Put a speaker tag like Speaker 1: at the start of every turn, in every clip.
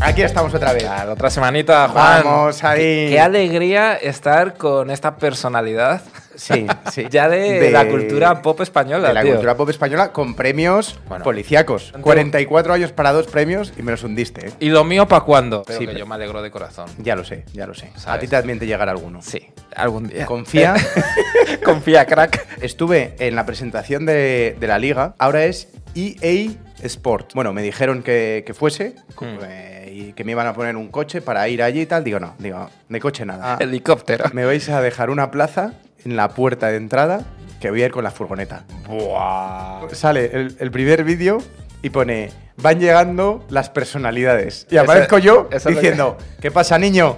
Speaker 1: aquí estamos otra vez.
Speaker 2: Claro, otra semanita, Juan.
Speaker 1: Vamos ahí.
Speaker 2: Qué, qué alegría estar con esta personalidad.
Speaker 1: Sí, sí.
Speaker 2: ya de, la cultura pop española.
Speaker 1: De la
Speaker 2: tío.
Speaker 1: cultura pop española con premios
Speaker 2: Bueno.
Speaker 1: policíacos. 44 años para dos premios y me los hundiste, ¿eh?
Speaker 2: ¿Y lo mío para cuándo? Pero
Speaker 1: Sí,
Speaker 2: que
Speaker 1: pero-
Speaker 2: yo me alegro de corazón.
Speaker 1: Ya lo sé, ya lo sé. A
Speaker 2: Sabes.
Speaker 1: ti también te llegará alguno.
Speaker 2: Sí, algún día.
Speaker 1: Confía.
Speaker 2: Confía, crack.
Speaker 1: Estuve en la presentación de, de la liga, ahora es EA Sport. Bueno, me dijeron que, que fuese
Speaker 2: Hmm.
Speaker 1: eh, y que me iban a poner un coche para ir allí y tal. Digo, no, digo, de coche
Speaker 2: Ah,
Speaker 1: nada.
Speaker 2: Helicóptero.
Speaker 1: Me vais a dejar una plaza en la puerta de entrada que voy a ir con la furgoneta.
Speaker 2: Buah.
Speaker 1: Sale el, el primer vídeo y pone, van llegando las personalidades. Y
Speaker 2: Eso-
Speaker 1: aparezco yo
Speaker 2: eso es lo
Speaker 1: diciendo, ¿qué pasa, niño?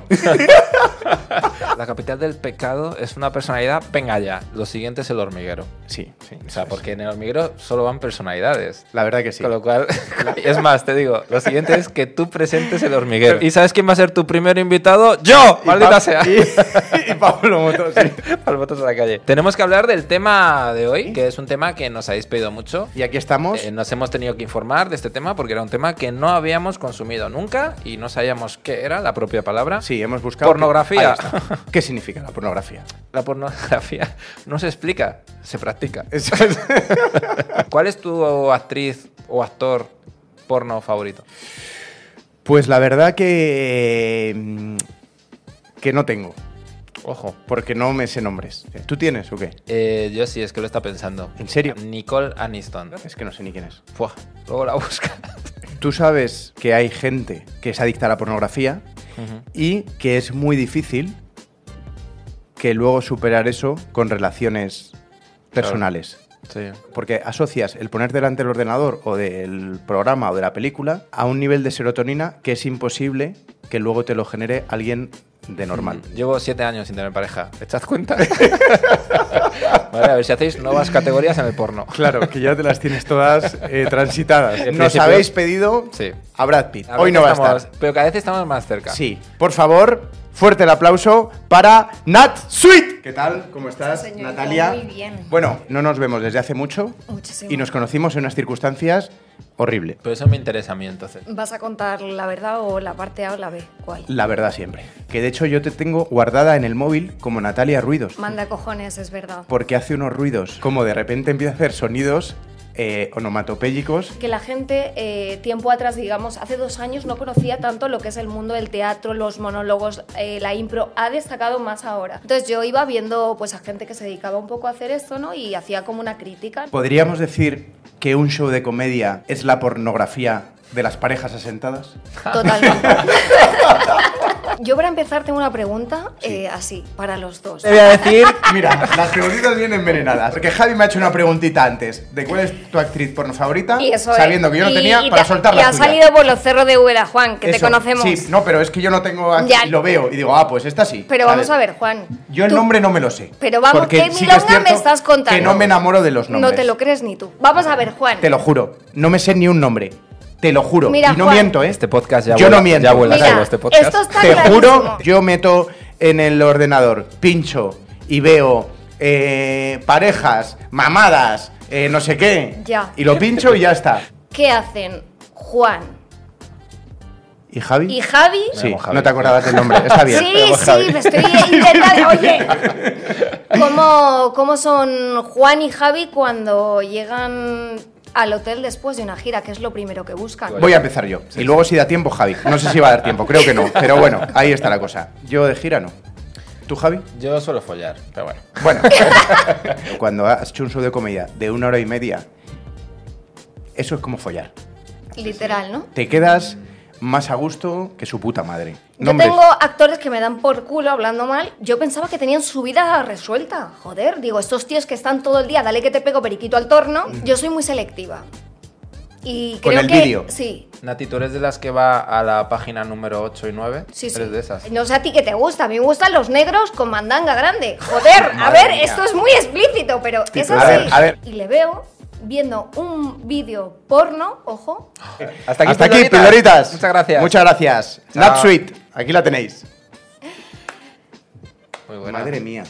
Speaker 2: La capital del pecado es una personalidad. Venga ya. Lo siguiente es el hormiguero.
Speaker 1: sí, sí.
Speaker 2: O sea, porque en el hormiguero solo van personalidades.
Speaker 1: La verdad que sí.
Speaker 2: Con lo cual, es más, te digo, lo siguiente es que tú presentes el hormiguero. ¿Y sabes quién va a ser tu primer invitado? ¡Yo!
Speaker 1: Y
Speaker 2: ¡Maldita
Speaker 1: Pa-
Speaker 2: sea!
Speaker 1: Y, y Pablo Motos. sí.
Speaker 2: Para los votos a la calle. Tenemos que hablar del tema de hoy, que es un tema que nos habéis pedido mucho.
Speaker 1: Y aquí estamos.
Speaker 2: Eh, nos hemos tenido que informar de este tema porque era un tema que no habíamos consumido nunca y no sabíamos qué era la propia palabra.
Speaker 1: Sí, hemos buscado.
Speaker 2: Pornografía.
Speaker 1: Ahí está. ¿Qué significa la pornografía?
Speaker 2: La pornografía no se explica, se practica.
Speaker 1: Eso es.
Speaker 2: ¿Cuál es tu actriz o actor porno favorito?
Speaker 1: Pues la verdad que. mm, que no tengo.
Speaker 2: Ojo.
Speaker 1: Porque no me sé nombres. ¿Tú tienes o qué?
Speaker 2: Eh, yo sí, es que lo está pensando.
Speaker 1: ¿En serio?
Speaker 2: Nicole Aniston.
Speaker 1: Es que no sé ni quién es.
Speaker 2: Buah, luego la busca.
Speaker 1: Tú sabes que hay gente que es adicta a la pornografía y que es muy difícil que luego superar eso con relaciones personales.
Speaker 2: Sí.
Speaker 1: Porque asocias el poner delante del ordenador o del programa o de la película a un nivel de serotonina que es imposible que luego te lo genere alguien de normal.
Speaker 2: Llevo siete años sin tener pareja. ¿Echad cuenta? vale, a ver si hacéis nuevas categorías en el porno.
Speaker 1: Claro, que ya te las tienes todas eh, transitadas.
Speaker 2: En
Speaker 1: Nos
Speaker 2: principio-
Speaker 1: habéis pedido
Speaker 2: Sí.
Speaker 1: a Brad Pitt.
Speaker 2: A ver,
Speaker 1: Hoy no va a
Speaker 2: estamos-
Speaker 1: estar.
Speaker 2: Pero cada vez estamos más cerca.
Speaker 1: Sí. Por favor, fuerte el aplauso para Nat Sweet. ¿Qué tal? ¿Cómo estás,
Speaker 3: Muchas, señorita.
Speaker 1: Natalia?
Speaker 3: Muy bien.
Speaker 1: Bueno, no nos vemos desde hace mucho
Speaker 3: Muchísimo.
Speaker 1: y nos conocimos en unas circunstancias horribles.
Speaker 2: Pero eso me interesa a mí entonces.
Speaker 3: ¿Vas a contar la verdad o la parte A o la B? ¿Cuál?
Speaker 1: La verdad siempre. Que de hecho yo te tengo guardada en el móvil como Natalia Ruidos.
Speaker 3: Manda cojones, es verdad.
Speaker 1: Porque hace unos ruidos. Como de repente empieza a hacer sonidos eh, onomatopéyicos.
Speaker 3: Que la gente, eh, tiempo atrás, digamos, hace dos años no conocía tanto lo que es el mundo del teatro, los monólogos, eh, la impro, ha destacado más ahora. Entonces yo iba viendo pues a gente que se dedicaba un poco a hacer esto, ¿no? Y hacía como una crítica.
Speaker 1: ¿Podríamos decir que un show de comedia es la pornografía de las parejas asentadas?
Speaker 3: Totalmente. yo para empezar tengo una pregunta
Speaker 1: Sí. Eh,
Speaker 3: eh, así, para los dos.
Speaker 2: Te voy a decir.
Speaker 1: Mira, las preguntitas vienen envenenadas. Porque Javi me ha hecho una preguntita antes de cuál es tu actriz porno favorita,
Speaker 3: Y eso, eh,
Speaker 1: sabiendo que yo no
Speaker 3: y-
Speaker 1: tenía
Speaker 3: y
Speaker 1: para
Speaker 3: te-
Speaker 1: soltar
Speaker 3: y
Speaker 1: la
Speaker 3: ha
Speaker 1: tuya.
Speaker 3: salido por los cerros de Ubera, Juan, que te
Speaker 1: Eso,
Speaker 3: conocemos.
Speaker 1: Sí, no, pero es que yo no tengo aquí,
Speaker 3: Ya.
Speaker 1: y lo veo y digo, ah, pues esta sí.
Speaker 3: Pero vamos
Speaker 1: ¿sabes?
Speaker 3: a ver, Juan.
Speaker 1: Yo el
Speaker 3: tú-
Speaker 1: nombre no me lo sé.
Speaker 3: Pero vamos,
Speaker 1: porque
Speaker 3: ¿qué
Speaker 1: sí que es
Speaker 3: milonga
Speaker 1: cierto
Speaker 3: me estás contando?
Speaker 1: Que no me enamoro de los nombres.
Speaker 3: No te lo crees ni tú. Vamos a ver, Juan.
Speaker 1: Te lo juro. No me sé ni un nombre. Te lo juro.
Speaker 3: Mira,
Speaker 1: y no
Speaker 3: Juan.
Speaker 1: miento, ¿eh?
Speaker 2: Este podcast ya
Speaker 1: Yo
Speaker 2: vuela-
Speaker 1: no miento.
Speaker 2: ya vuela
Speaker 3: Mira,
Speaker 2: algo este podcast.
Speaker 3: esto está
Speaker 1: Te
Speaker 3: clarísimo.
Speaker 1: juro, yo meto en el ordenador, pincho y veo eh, parejas, mamadas, eh, no sé qué.
Speaker 3: Ya.
Speaker 1: Y lo pincho y ya está.
Speaker 3: ¿Qué hacen Juan
Speaker 1: ¿Y Javi?
Speaker 3: y Javi?
Speaker 2: Me
Speaker 1: Sí,
Speaker 2: llamo Javi.
Speaker 1: no te acordabas del nombre. Está bien.
Speaker 3: sí,
Speaker 1: Me llamo
Speaker 3: sí,
Speaker 1: Javi.
Speaker 3: me estoy intentando. Oye, ¿cómo, ¿cómo son Juan y Javi cuando llegan al hotel después de una gira? Que es lo primero que buscan.
Speaker 1: Voy a empezar yo. Y luego si da tiempo, Javi. No sé si va a dar tiempo, creo que no. Pero bueno, ahí está la cosa. Yo de gira no. ¿Tú, Javi?
Speaker 2: Yo suelo follar, pero bueno.
Speaker 1: Bueno, cuando has hecho un show de comedia de una hora y media, eso es como follar.
Speaker 3: Literal, ¿no?
Speaker 1: Te quedas más a gusto que su puta madre.
Speaker 3: Yo
Speaker 1: Nombres.
Speaker 3: tengo actores que me dan por culo hablando mal. Yo pensaba que tenían su vida resuelta. Joder, digo, estos tíos que están todo el día, dale que te pego periquito al torno. Yo soy muy selectiva. Y
Speaker 1: Mm. Con
Speaker 3: creo
Speaker 1: el
Speaker 3: que.
Speaker 1: vídeo.
Speaker 3: Sí.
Speaker 2: Nati, ¿tú eres de las que va a la página número 8 y 9?
Speaker 3: Sí, sí.
Speaker 2: ¿Eres de esas?
Speaker 3: No sé a ti que te gusta, a mí me gustan los negros con mandanga grande. Joder, a
Speaker 1: Madre
Speaker 3: ver,
Speaker 1: mía.
Speaker 3: esto es muy explícito, pero es
Speaker 1: A
Speaker 3: así.
Speaker 1: ver, a ver.
Speaker 3: Y le veo viendo un vídeo porno, ojo,
Speaker 2: Hasta aquí,
Speaker 1: Hasta aquí,
Speaker 2: Piloritas.
Speaker 1: piloritas.
Speaker 2: Muchas gracias.
Speaker 1: Muchas gracias.
Speaker 2: Chao.
Speaker 1: Nat Sweet, aquí la tenéis.
Speaker 2: Muy buena.
Speaker 1: Madre mía.